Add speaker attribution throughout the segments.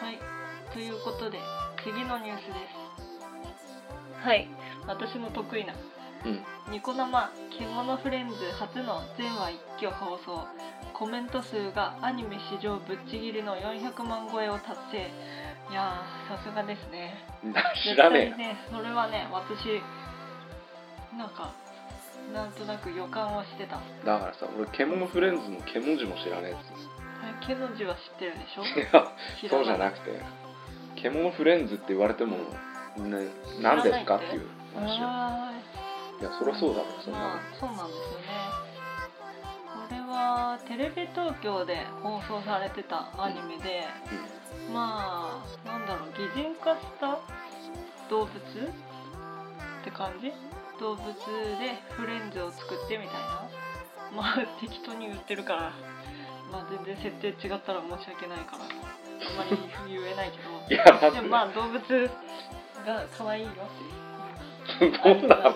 Speaker 1: はい、ということで次のニュースですはい私の得意な
Speaker 2: うん
Speaker 1: ニコ生「着物フレンズ」初の全話一挙放送コメント数がアニメ史上ぶっちぎりの400万超えを達成いやーさすがですね
Speaker 2: 知らね
Speaker 1: ねそれはね私なんかなんとなく予感はしてた
Speaker 2: えなだからさ俺獣フレンズの獣字も知らねえっ
Speaker 1: え毛の字は知ってるでしょ
Speaker 2: ついや
Speaker 1: 知ら
Speaker 2: そうじゃなくて獣フレンズって言われても、ね、何ですかっ
Speaker 1: 知らないって
Speaker 2: ていう話よ
Speaker 1: あー
Speaker 2: いやそりゃそうだろそん
Speaker 1: まあ
Speaker 2: な
Speaker 1: そうなんですよねこれはテレビ東京で放送されてたアニメで、まあなんだろう擬人化した動物って感じ動物でフレンズを作ってみたいなまあ適当に言ってるからまあ全然設定違ったら申し訳ないからあまり言えないけど
Speaker 2: いやだって
Speaker 1: で
Speaker 2: ね
Speaker 1: もまあ動物が可愛いよ
Speaker 2: どんな話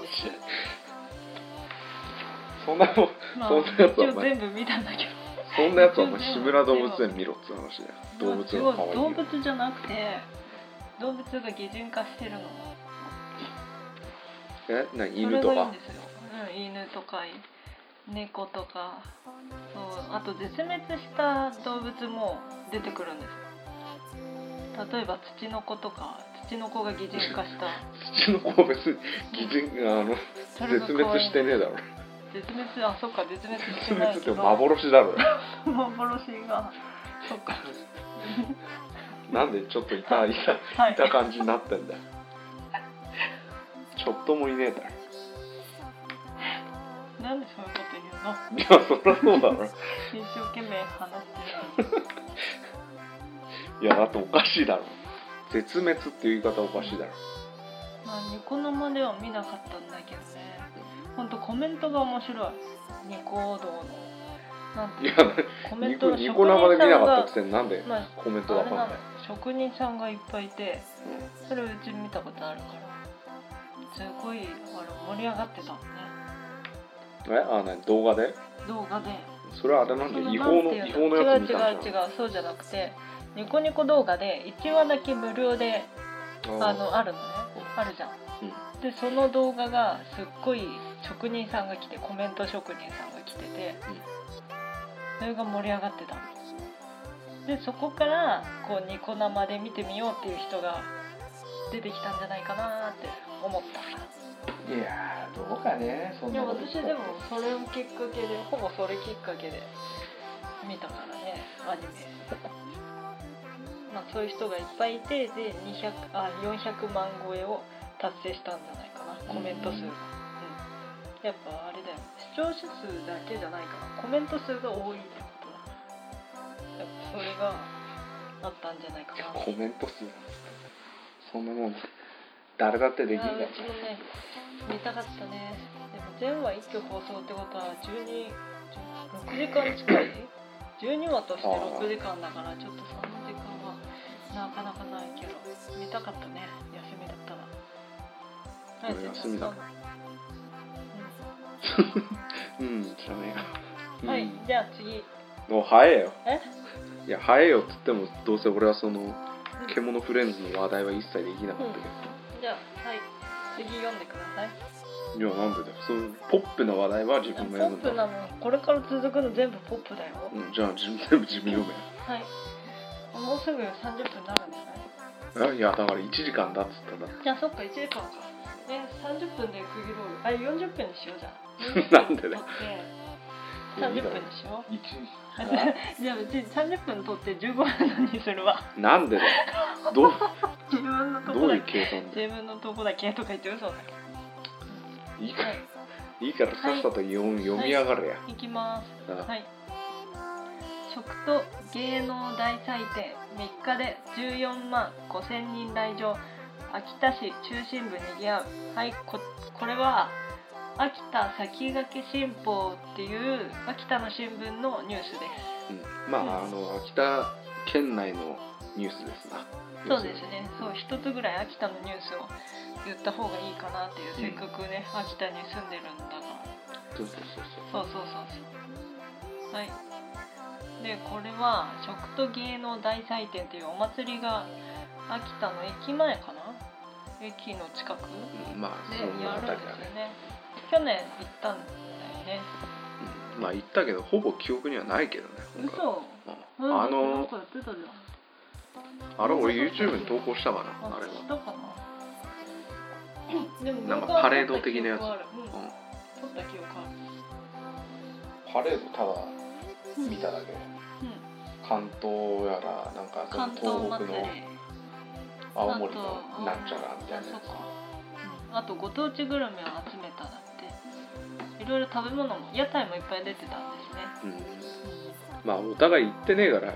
Speaker 2: そんなもん
Speaker 1: まあ
Speaker 2: そんなやつ
Speaker 1: 一
Speaker 2: は
Speaker 1: 応
Speaker 2: お前
Speaker 1: 全部見たんだけど
Speaker 2: そんなやつはお前志村動物園見ろって話だよ動物
Speaker 1: 違
Speaker 2: の可愛
Speaker 1: う
Speaker 2: い
Speaker 1: 動
Speaker 2: よ
Speaker 1: 物じゃなくて動物が擬人化してるの
Speaker 2: え何犬と
Speaker 1: それがいいん
Speaker 2: か
Speaker 1: ですよ、うん、犬とか猫とかそうあと絶滅した動物も出てくるんです例えばツチノコとかツチノコが擬人化した
Speaker 2: 土の子は別に擬人あの
Speaker 1: それ
Speaker 2: 絶
Speaker 1: が可愛
Speaker 2: 滅
Speaker 1: い
Speaker 2: してねえだろ
Speaker 1: 絶滅あそっか絶滅し
Speaker 2: 絶
Speaker 1: てない
Speaker 2: 滅っ
Speaker 1: け
Speaker 2: て
Speaker 1: ど
Speaker 2: 幻だろ
Speaker 1: 幻がそっか
Speaker 2: なんでちょっといたいた
Speaker 1: はい
Speaker 2: いた感じになってんだよちょっともいねえだろ
Speaker 1: なんでそういうこと言うの
Speaker 2: いやそりゃそうだろ
Speaker 1: 一生懸命話してる
Speaker 2: いやだっておかしいだろ絶滅っていう言い方おかしいだろ
Speaker 1: まあ、ニコ生では見なかったんだけどね。ほんとコメントが面白い。ニコ動の。なんて
Speaker 2: い
Speaker 1: いう
Speaker 2: や
Speaker 1: のコメ
Speaker 2: ニ
Speaker 1: ント
Speaker 2: コ
Speaker 1: の
Speaker 2: ニ
Speaker 1: 職
Speaker 2: コ 生で
Speaker 1: 人
Speaker 2: 見
Speaker 1: さん
Speaker 2: なかった
Speaker 1: が
Speaker 2: く、せになんで
Speaker 1: まあ、
Speaker 2: コメン
Speaker 1: あ
Speaker 2: ト
Speaker 1: れ
Speaker 2: わかんな
Speaker 1: ないの職人さんがいっぱいいて、それうち見たことあるから。すごい、あれ盛り上がってたもんね。
Speaker 2: えあ何動画で
Speaker 1: 動画で。
Speaker 2: それはあれなん
Speaker 1: そ
Speaker 2: で
Speaker 1: の
Speaker 2: 違法
Speaker 1: なん
Speaker 2: の
Speaker 1: ていう
Speaker 2: 違法のやつ見たん
Speaker 1: 違う違
Speaker 2: じ
Speaker 1: う
Speaker 2: ゃ
Speaker 1: 違う、そうじゃなくて、ニコニコ動画で1話だけ無料で
Speaker 2: ん
Speaker 1: あのあるのねあるじゃん、
Speaker 2: う
Speaker 1: でその動画がすっごい職人さんが来てコメント職人さんが来てて、
Speaker 2: うん
Speaker 1: それが盛り上がってたのでそこからこうニコ生で見てみようっていう人が出てきたんじゃないかなって思った
Speaker 2: いやーどうかねそん
Speaker 1: い
Speaker 2: な
Speaker 1: や
Speaker 2: こと
Speaker 1: 私でもそれをきっかけでほぼそれきっかけで見たからねアニ メまあそういう人がいっぱいいてで200あ400万超えを達成したんじゃないかなコメント数が、うん
Speaker 2: うん
Speaker 1: やっぱあれだよ視聴者数だけじゃないからコメント数が多いってことだやっぱそれがあったんじゃないかな
Speaker 2: コメント数そんなもん誰だってできんだ
Speaker 1: あ
Speaker 2: よ
Speaker 1: うちもね見たかったねでも全話一挙放送ってことは12 6時間近い12話として6時間だからちょっとその時間はなかなかないけど見たかったね休みだったら
Speaker 2: 俺休みだかうん知らねえ
Speaker 1: うん
Speaker 2: よ
Speaker 1: はい、
Speaker 2: うん
Speaker 1: じゃあ次
Speaker 2: もう早えよ
Speaker 1: え
Speaker 2: いや早えよっつってもどうせ俺はその獣フレンズの話題は一切できなかった
Speaker 1: じゃあはい次読んでください
Speaker 2: けど、いやなんでだよそういうポップな話題は自
Speaker 1: あ
Speaker 2: 分
Speaker 1: ポ
Speaker 2: がやる
Speaker 1: ッ
Speaker 2: んだ
Speaker 1: プなのこれから続くの全部ポップだよ
Speaker 2: うん、じゃあ自分全部自分読
Speaker 1: はいもうすぐ30分になるんじゃない
Speaker 2: めよえいやだから1時間だっつったんだ
Speaker 1: じゃあそっか1時間かね30分で区切ろうよあれ40分にしようじゃ ん
Speaker 2: なんでね
Speaker 1: 30分取って30分にし よう
Speaker 2: 一
Speaker 1: じゃあうち30分取って15分にするわ
Speaker 2: なんでだよ どう
Speaker 1: 自分のと
Speaker 2: ど
Speaker 1: こ
Speaker 2: う
Speaker 1: だ
Speaker 2: いう
Speaker 1: け
Speaker 2: 計算だよ
Speaker 1: 自分のとこだけとか言って嘘だ
Speaker 2: いいからいいからさっさと読,、読み上がれや、
Speaker 1: いきます
Speaker 2: なあ
Speaker 1: はい食と芸能大祭典3日で14万5000人来場秋田市中心部にぎわうはいここれは秋田先駆け新報っていう秋田の新聞のニュースです
Speaker 2: うん、まああの秋田県内のニュースですな
Speaker 1: そうですねそう一つぐらい秋田のニュースを言った方がいいかなっていう、せっかくね秋田に住んでるんだから
Speaker 2: そうそうそう
Speaker 1: そうそ
Speaker 2: そう
Speaker 1: うそうそうはいでこれは食と芸能大祭典というお祭りが秋田の駅前かな駅の近く
Speaker 2: うんまあ
Speaker 1: で
Speaker 2: そん
Speaker 1: や
Speaker 2: なあ
Speaker 1: るん
Speaker 2: た
Speaker 1: で
Speaker 2: りだ
Speaker 1: すよ
Speaker 2: ね、
Speaker 1: ね去年行ったんだよね
Speaker 2: うんまあ行ったけどほぼ記憶にはないけどね今回
Speaker 1: 嘘
Speaker 2: うんあの
Speaker 1: やってたじ
Speaker 2: あれ俺 YouTube に投稿したかな
Speaker 1: ゃん
Speaker 2: あれ
Speaker 1: 知った
Speaker 2: は
Speaker 1: かなでも
Speaker 2: なんかパレード的なやつ
Speaker 1: 僕は撮った記憶ある
Speaker 2: パレードただ
Speaker 1: うん撮った記憶ある
Speaker 2: 見ただけ
Speaker 1: うん
Speaker 2: 関東やらなんかその
Speaker 1: 関東
Speaker 2: 東北
Speaker 1: 祭
Speaker 2: の
Speaker 1: り
Speaker 2: 青森のなんちゃらみたい
Speaker 1: あ
Speaker 2: なや
Speaker 1: そっかうんあとご当地グルメを集めただっていろいろ食べ物も屋台もいっぱい出てたんですね、
Speaker 2: つ、うん、まあお互い行ってねえから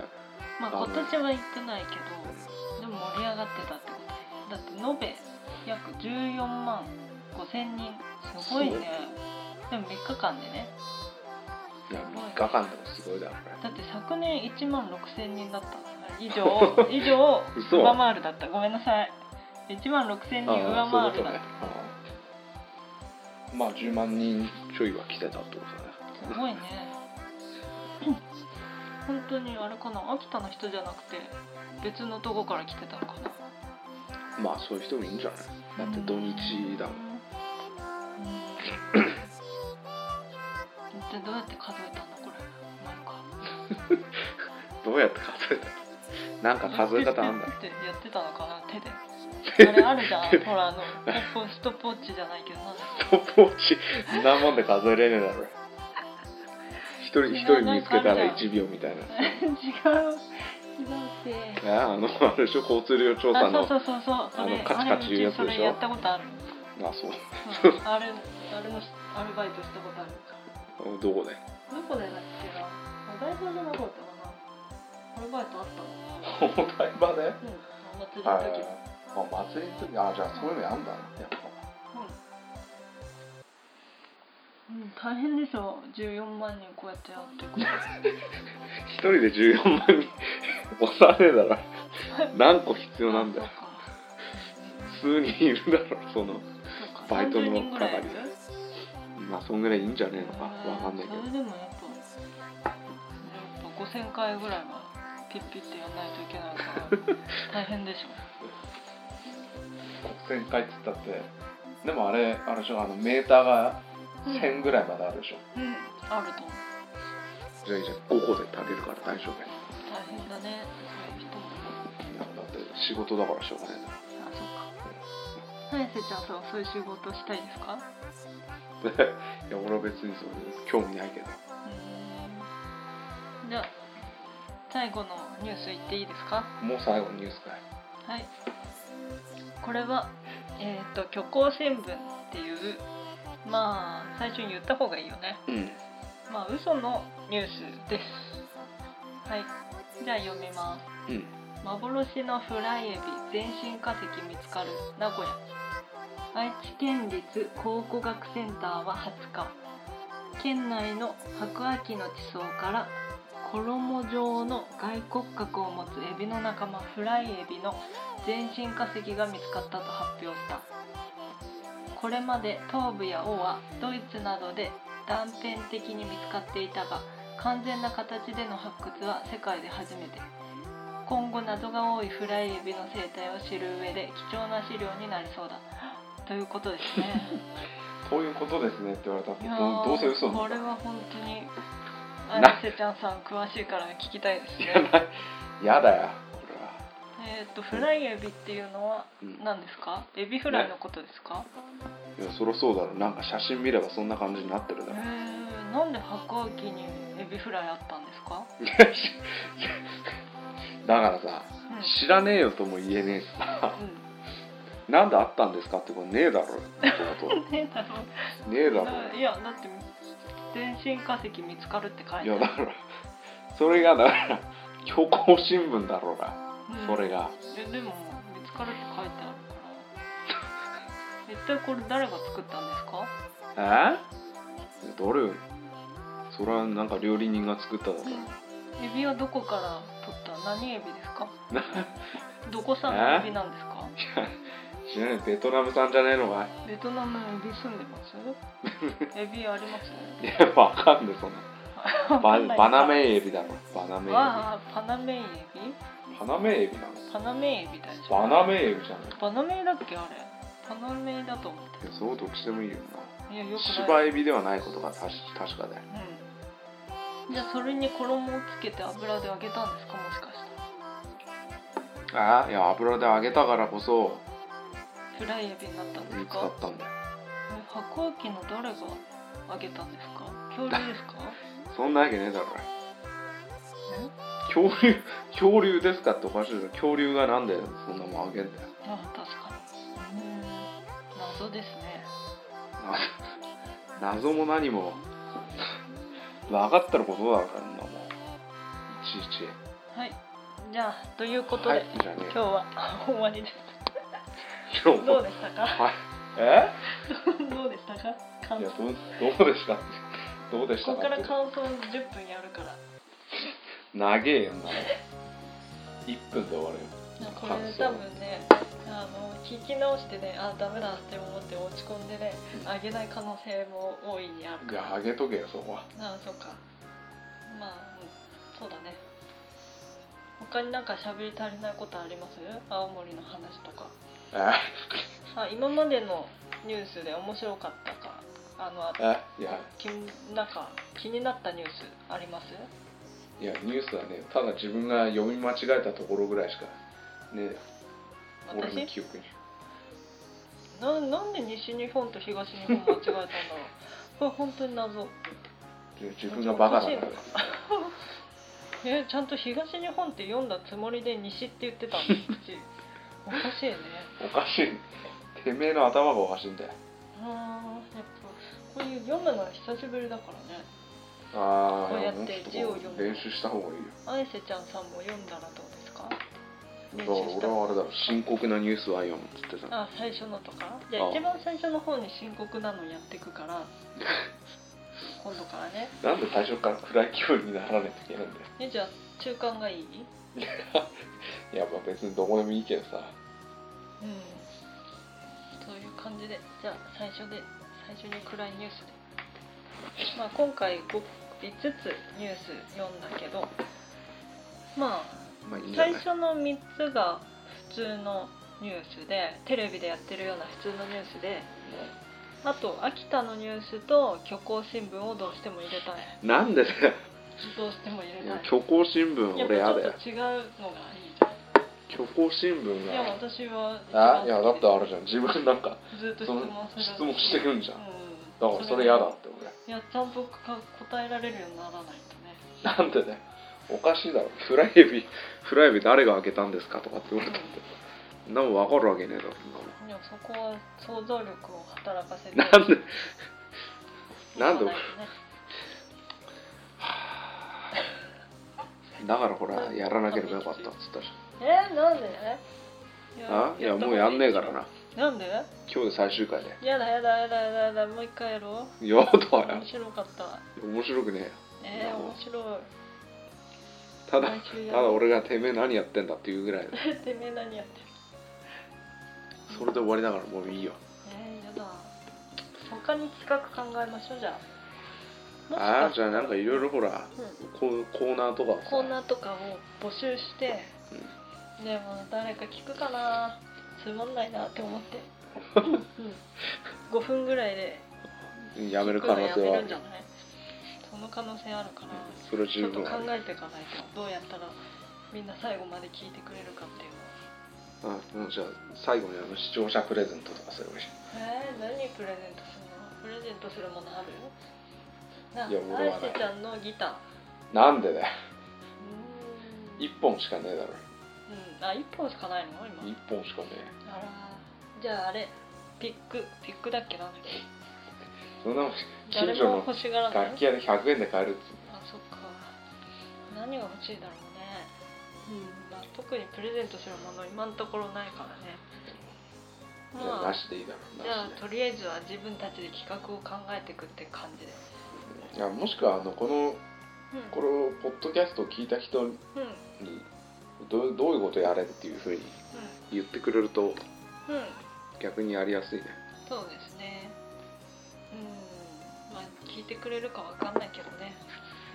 Speaker 1: まあ
Speaker 2: あの
Speaker 1: 今年は行ってないけどでも盛り上がってたってことだよだって延べ約14万5千人すごいねでも3日間でね
Speaker 2: いや3日間でもすごいだろこ
Speaker 1: だって昨年1万6千人だった以 上以上
Speaker 2: 嘘
Speaker 1: 上回るだったごめんなさい1万6千人
Speaker 2: れ
Speaker 1: 上
Speaker 2: あ
Speaker 1: 回
Speaker 2: あそういう
Speaker 1: る
Speaker 2: こ
Speaker 1: だ
Speaker 2: と
Speaker 1: っ
Speaker 2: ね
Speaker 1: た
Speaker 2: うんまあ10万人ちょいは来てたってこと
Speaker 1: すごいね 本当にあれかな秋田の人じゃなくて別のとこから来てたのかな
Speaker 2: だねまあそういう人もいいんじゃないだって土日だもん
Speaker 1: うん一体どうやって数えたんだこれ毎回
Speaker 2: どうやって数えたなんか数え方あんだ
Speaker 1: や
Speaker 2: よ
Speaker 1: ってやってたのかな手であれあるじゃんほらあのストップストップウォッチじゃないけどなんだっ
Speaker 2: ストップウォッチそんなもんで数えれねえだろ一人一人見つけたら1秒みたいな
Speaker 1: け違う違うって
Speaker 2: いやあのあれでしょ交通量調査
Speaker 1: あ
Speaker 2: の
Speaker 1: そ
Speaker 2: あ
Speaker 1: うそうそうそうそ
Speaker 2: あの
Speaker 1: れ
Speaker 2: カチカチいうやつ
Speaker 1: あれうち
Speaker 2: でし
Speaker 1: そ
Speaker 2: ょ
Speaker 1: れやったことある、
Speaker 2: そう
Speaker 1: うんあれあれのアルバイトしたことある
Speaker 2: ど
Speaker 1: どこ
Speaker 2: こで
Speaker 1: でだっけなお台場じゃなかったかなアルバイトあったの
Speaker 2: お台場で
Speaker 1: うんお祭りの時、
Speaker 2: あ祭りの時あじゃあそういうのやんだねやっぱ
Speaker 1: うん、うん大変でしょ14万人こうやってやっていく
Speaker 2: 一人で14万人押さねえだろ何個必要なんだよ数人いるだろその
Speaker 1: そうか
Speaker 2: バイトの
Speaker 1: 30人ぐらいいる
Speaker 2: 係まあそんぐらいいいんじゃねえのか
Speaker 1: うん
Speaker 2: わかんないけど
Speaker 1: それでもやっぱやっぱ5000回ぐらいはピッピッてやんないといけないから 大変でしょ
Speaker 2: 国選会っつったってでもあれあれでしょあのメーターが
Speaker 1: うん
Speaker 2: 1000ぐらいまであるでしょ、
Speaker 1: うんあると思う
Speaker 2: じゃあいいじゃん5個で足りるから大丈夫や
Speaker 1: 大変だねそういう人も
Speaker 2: なんかだって仕事だからしょうがない
Speaker 1: あそっか早瀬ちゃんさんはそういう仕事したいですか
Speaker 2: だろ いや俺は別にそれ興味ないけど
Speaker 1: じゃあ最後のニュースいっていいですか
Speaker 2: もう最後のニュースかい
Speaker 1: はいこれはえっ、と虚構新聞っていうまあ最初に言った方がいいよね
Speaker 2: うん
Speaker 1: まあ嘘のニュースですはいじゃあ読みます
Speaker 2: うん
Speaker 1: 幻のフライエビ全身化石見つかる名古屋愛知県立考古学センターは20日県内の白亜紀の地層から衣状の外骨格を持つエビの仲間フライエビの全身化石が見つかったと発表したこれまで頭部や尾はドイツなどで断片的に見つかっていたが完全な形での発掘は世界で初めて今後謎が多いフライエビの生態を知る上で貴重な資料になりそうだということですね
Speaker 2: そういうことですねって言われたって
Speaker 1: い
Speaker 2: ど
Speaker 1: や
Speaker 2: う
Speaker 1: ー
Speaker 2: どうせ嘘なんだ
Speaker 1: これは本当に
Speaker 2: な
Speaker 1: 綾瀬ちゃんさん詳しいから聞きたいです
Speaker 2: いや
Speaker 1: ね
Speaker 2: ないやだよ俺は
Speaker 1: えっとフライエビっていうのは
Speaker 2: うん
Speaker 1: 何ですかエビフライのことですか、
Speaker 2: いやそりゃそうだろなんか写真見ればそんな感じになってるだ
Speaker 1: え
Speaker 2: ろ
Speaker 1: ー、なんで白亜紀にエビフライあったんですか、
Speaker 2: いやし だからさ知らねえよとも言えねえしさ
Speaker 1: うん、
Speaker 2: なんであったんですかってこれね えだろってこ
Speaker 1: ねえだろ
Speaker 2: とねえだろ
Speaker 1: ういやだって全身化石見つかるって書い
Speaker 2: い
Speaker 1: てある
Speaker 2: やだからそれがだから虚構新聞だろうが
Speaker 1: うん
Speaker 2: それが
Speaker 1: えでも見つかるって書いてあるから一体これ誰が作ったんですか
Speaker 2: えいや誰よそれはなんか料理人が作っただろ
Speaker 1: エビはどこから取った何エビです か
Speaker 2: な
Speaker 1: どこ産のエビなんですか
Speaker 2: 知らねえベトナムさんじゃねえのか
Speaker 1: ベトナムエビ住んでますエビあります
Speaker 2: いいやわかんねえそんな
Speaker 1: あわか
Speaker 2: バ
Speaker 1: んない
Speaker 2: バナメイエビだろバナメイエ
Speaker 1: ああパナメイエビ
Speaker 2: ビバナメイエビなの
Speaker 1: パナメイエビだよ
Speaker 2: バナメイエビじゃない
Speaker 1: バナメイだっけあれパナメイだと思っ
Speaker 2: いやそのどっちでもいいよな
Speaker 1: ていやよくない
Speaker 2: 芝エビではないことが確確かだよ
Speaker 1: うんじゃあそれに衣をつけて油で揚げたんですかもしかして
Speaker 2: ああいや油で揚げたからこそ
Speaker 1: フライエビになったんで
Speaker 2: 見
Speaker 1: す
Speaker 2: つか
Speaker 1: か
Speaker 2: ったんだよ
Speaker 1: え白亜紀の誰が揚げたんですか恐竜ですか
Speaker 2: そんなわけねえだろ
Speaker 1: え
Speaker 2: 恐竜恐竜ですかっておかしいだろ恐竜がなんでそんなもん揚げんだよ
Speaker 1: あ確かにうーん謎ですね
Speaker 2: な謎も何も分かったらことだからなもういちいち
Speaker 1: はいじゃあということで、
Speaker 2: はいじゃあね
Speaker 1: 今日は 終わりです
Speaker 2: 今日も
Speaker 1: どうでしたか
Speaker 2: はいえ
Speaker 1: どうでしたか感
Speaker 2: いや
Speaker 1: 想
Speaker 2: どうどうでしたどうでし
Speaker 1: こ
Speaker 2: た
Speaker 1: こから
Speaker 2: か
Speaker 1: 感想10分やるから
Speaker 2: 長えよな1分で終わるよ
Speaker 1: こ
Speaker 2: 感
Speaker 1: れ
Speaker 2: 想
Speaker 1: 多分ねあの聞き直してねあダメだって思って落ち込んでねあげない可能性も大いにある
Speaker 2: じゃああげとけよそこは
Speaker 1: ああそうかまあうんそうだね他になんか喋り足りないことあります青森の話とか
Speaker 2: え
Speaker 1: あ今までのニュースで面白かったかあのあ
Speaker 2: えいや
Speaker 1: 気になんか気になったニュースあります
Speaker 2: いやニュースはねただ自分が読み間違えたところぐらいしかね俺の
Speaker 1: 私
Speaker 2: 記憶に
Speaker 1: ななんで西日本と東日本間違え たんだろうこれ本当に謎
Speaker 2: 自分がバカだから
Speaker 1: おかしいえちゃんと東日本って読んだつもりで西って言って たのうちおかしいね
Speaker 2: おかしいてめえの頭がおかしいんだよ
Speaker 1: あーやっぱこういう読むのは久しぶりだからね
Speaker 2: ああ
Speaker 1: こうやって字を読む
Speaker 2: 練習した方がいいよ
Speaker 1: あえせちゃんさんも読んだらどうですか
Speaker 2: だ
Speaker 1: 練
Speaker 2: から
Speaker 1: 習し
Speaker 2: 俺
Speaker 1: た
Speaker 2: はあれだろ深刻なニュースは読むって言ってた
Speaker 1: あ最初のとかじゃ
Speaker 2: あ
Speaker 1: あ一番最初の方に深刻なのやっていくから今度からね
Speaker 2: なんで最初から暗い気分にならないといけないんだよ
Speaker 1: えじゃあ中間がいい
Speaker 2: いやまあ別にどこでもいいけどさ
Speaker 1: うんそういう感じでじゃあ最初で最初に暗いニュースで、まあ、今回 5, つニュース読んだけどまあ
Speaker 2: まあいいんじゃ
Speaker 1: 最
Speaker 2: ない
Speaker 1: 初の3つが普通のニュースでテレビでやってるような普通のニュースであと秋田のニュースと虚構新聞をどうしても入れたい
Speaker 2: なんでだよ
Speaker 1: どうしても入れ
Speaker 2: い
Speaker 1: た
Speaker 2: や
Speaker 1: い
Speaker 2: 虚構新聞
Speaker 1: やっ
Speaker 2: 俺や
Speaker 1: ぱ
Speaker 2: だ
Speaker 1: ちょ
Speaker 2: よ
Speaker 1: っと違うのがいいじゃん
Speaker 2: 虚構新聞
Speaker 1: いや
Speaker 2: が
Speaker 1: 私は一番好
Speaker 2: あ
Speaker 1: き
Speaker 2: いやだってあるじゃん自分なんか
Speaker 1: ずっと質
Speaker 2: その
Speaker 1: 問する
Speaker 2: 質問してくんじゃんだ
Speaker 1: う
Speaker 2: からそれ嫌だって俺
Speaker 1: いやちゃんとか答えられるようにならないとね
Speaker 2: なんでだよおかしいだろフライエビフライエビ誰が開けたんですかとかって言われたってそんなもん分かるわけねえだろそんなもん
Speaker 1: でもそこは想像力を働かせて
Speaker 2: なんでなんで
Speaker 1: いか
Speaker 2: だからほらやらなければよかったっつったじ
Speaker 1: とねえなんでい
Speaker 2: ゃんあいやもうやんねえからな
Speaker 1: なんで
Speaker 2: 今日で最終回で
Speaker 1: やだやだやだやだやだもう一回やろう
Speaker 2: やだよ
Speaker 1: 面白かった
Speaker 2: 面白くねえよ
Speaker 1: えー、面白い
Speaker 2: ただ
Speaker 1: 毎週や
Speaker 2: た
Speaker 1: る
Speaker 2: だ俺がてめえ何やってんだっていうぐらいで
Speaker 1: てめえ何やってる
Speaker 2: それで終わりだからもういいよ
Speaker 1: えー、やだ他に企画考えましょうじゃあもしか
Speaker 2: ああじゃあなんかいろいろほら
Speaker 1: うん
Speaker 2: コーコーナーとかをさ
Speaker 1: コーナーとかを募集して、でも誰か聞くかなつまんないなって思って、 うん、5分ぐらいで
Speaker 2: やめる可能
Speaker 1: 聞く
Speaker 2: 性
Speaker 1: のやめる
Speaker 2: はあ
Speaker 1: ん
Speaker 2: る
Speaker 1: じゃ
Speaker 2: よ
Speaker 1: ないその可能性あるから
Speaker 2: それは
Speaker 1: ちょっ
Speaker 2: 十
Speaker 1: と
Speaker 2: 分
Speaker 1: 考
Speaker 2: ある
Speaker 1: えていかないとどうやったらみんな最後まで聞いてくれるかっていうの
Speaker 2: うんうんじゃあ最後にあの視聴者プレゼントとかすればいい
Speaker 1: えー、何プレゼントするのプレゼントするものあるなあ
Speaker 2: いや俺は
Speaker 1: あいせちゃんのギター
Speaker 2: なんでだよ
Speaker 1: うーん
Speaker 2: 1本しかねえだろ
Speaker 1: うんあ一1本しかないの今
Speaker 2: 1本しかねえ
Speaker 1: あらじゃああれピックピックだっけなんだっけ
Speaker 2: そんなもん近
Speaker 1: 誰
Speaker 2: 所
Speaker 1: も
Speaker 2: の
Speaker 1: 欲しがらない
Speaker 2: 楽器屋で100円で買えるっつう
Speaker 1: あそっか何が欲しいだろうねうんまあ特にプレゼントするもの今のところないからね
Speaker 2: のじゃあ
Speaker 1: まあ
Speaker 2: なしでいいだろ
Speaker 1: じゃあ
Speaker 2: なし
Speaker 1: とりあえずは自分たちで企画を考えていくって感じで
Speaker 2: でいやもしくはあのこの
Speaker 1: うん
Speaker 2: これをポッドキャストを聞いた人に
Speaker 1: うん
Speaker 2: どうどういうことやれっていうふうに言ってくれると
Speaker 1: うんうん
Speaker 2: 逆にやりやすいね
Speaker 1: そうですねうんまあ聞いてくれるかわかんないけどね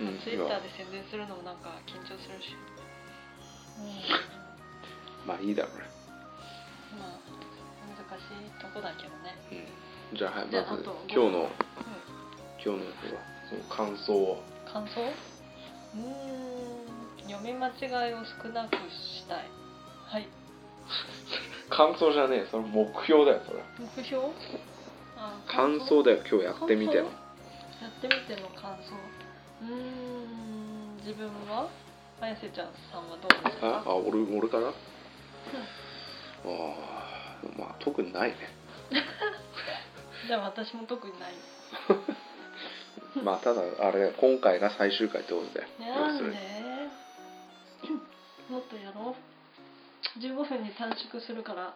Speaker 2: うん
Speaker 1: ツイッターで宣伝するのもなんか緊張するし、
Speaker 2: まあいいだろうね
Speaker 1: うん、まあ難しいとこだけどね、
Speaker 2: じゃあ、はい、
Speaker 1: じゃ
Speaker 2: ま
Speaker 1: あ
Speaker 2: ず
Speaker 1: あと
Speaker 2: 今日の
Speaker 1: う
Speaker 2: 今日のやつはその感想を
Speaker 1: ん、感想うーん読み間違いを少なくしたいはい
Speaker 2: 感想じゃねえそれ目標だよそれ
Speaker 1: 目標あ
Speaker 2: 感想だよ今日やってみての
Speaker 1: 感想やってみての感想うーん自分は綾瀬ちゃんさんはどうです
Speaker 2: あ
Speaker 1: か
Speaker 2: あ俺俺から、ああーまあ特に ないね
Speaker 1: じゃあ私も特にない
Speaker 2: まあただあれ今回が最終回ってことで
Speaker 1: なん
Speaker 2: 要
Speaker 1: でもっとやろう15分に短縮するから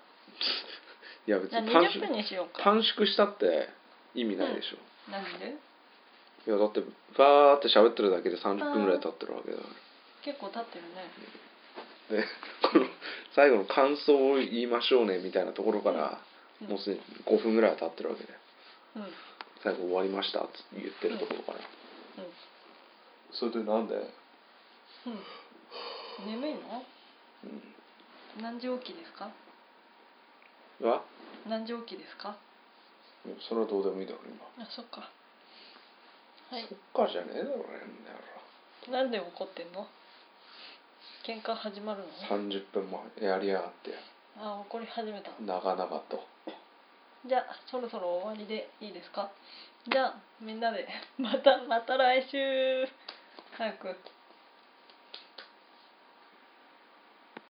Speaker 2: いや別
Speaker 1: じゃあ
Speaker 2: に短
Speaker 1: 20
Speaker 2: 縮
Speaker 1: 分にしようか
Speaker 2: 短縮したって意味ないでしょ、
Speaker 1: なんで
Speaker 2: いやだってバーって喋ってるだけで30分ぐらい経ってるわけだから
Speaker 1: 結構経ってるね
Speaker 2: でこの最後の感想を言いましょうねみたいなところから、
Speaker 1: うん
Speaker 2: もうすでに5分ぐらいは経ってるわけで
Speaker 1: うん
Speaker 2: 最後終わりましたって言ってるところから、
Speaker 1: う
Speaker 2: それでなんで、
Speaker 1: んうん眠いの
Speaker 2: う
Speaker 1: 何時起きですか
Speaker 2: ん、あ
Speaker 1: 何時起きですか
Speaker 2: それはどうでもいいだろ今、
Speaker 1: あそっかはい
Speaker 2: そっかじゃねえだろうね
Speaker 1: なんで怒ってんの喧嘩始まるの
Speaker 2: 30分もやりやがって
Speaker 1: あ怒り始めた
Speaker 2: 長々と
Speaker 1: じゃあそろそろ終わりでいいですかじゃあみんなでまたまた来週早く